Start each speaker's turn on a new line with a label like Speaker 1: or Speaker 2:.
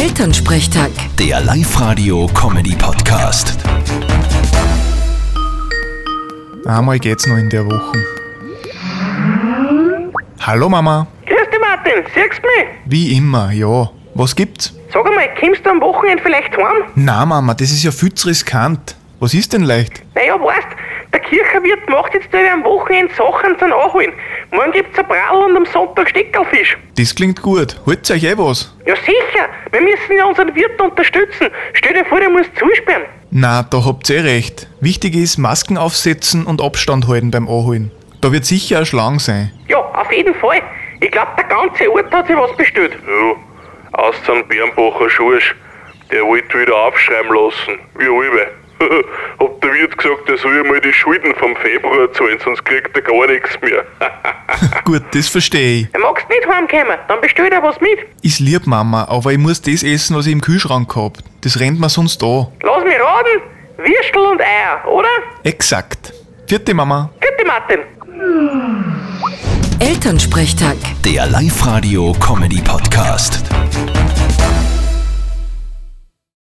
Speaker 1: Elternsprechtag.
Speaker 2: Der Live-Radio-Comedy-Podcast.
Speaker 3: Einmal geht's noch in der Woche. Hallo Mama,
Speaker 4: Grüß dich, Martin. Siehst du mich?
Speaker 3: wie immer, ja. Was gibt's?
Speaker 4: Sag einmal, kommst du am Wochenende vielleicht heim?
Speaker 3: Na Mama, das ist ja viel zu riskant. Was ist denn leicht?
Speaker 4: Naja, weißt, der Kirchenwirt macht jetzt alle am Wochenende Sachen zum Anholen. Morgen gibt's ein Brall und am Sonntag Steckerlfisch.
Speaker 3: Das klingt gut. Holt euch eh was?
Speaker 4: Ja, sicher. Wir müssen ja unseren Wirt unterstützen. Stell dir vor, der muss zusperren.
Speaker 3: Na, da habt ihr eh recht. Wichtig ist, Masken aufsetzen und Abstand halten beim Anholen. Da wird sicher eine Schlange sein.
Speaker 4: Ja, auf jeden Fall. Ich glaub, der ganze Ort hat sich was bestellt.
Speaker 5: Ja, aus dem Bernbacher Schorsch. Der wollte wieder aufschreiben lassen, wie alle. Hab der Wirt gesagt, der soll mal die Schulden vom Februar zahlen, sonst kriegt er gar nichts mehr.
Speaker 3: Gut, das verstehe ich.
Speaker 4: Er magst nicht heimkommen, dann bestell dir was mit.
Speaker 3: Ist lieb, Mama, aber ich muss das essen, was ich im Kühlschrank hab. Das rennt mir sonst da.
Speaker 4: Lass mich raten. Würstel und Eier, oder?
Speaker 3: Exakt. Vierte Mama.
Speaker 4: Gute Martin.
Speaker 1: Elternsprechtag.
Speaker 2: Der Live-Radio-Comedy-Podcast.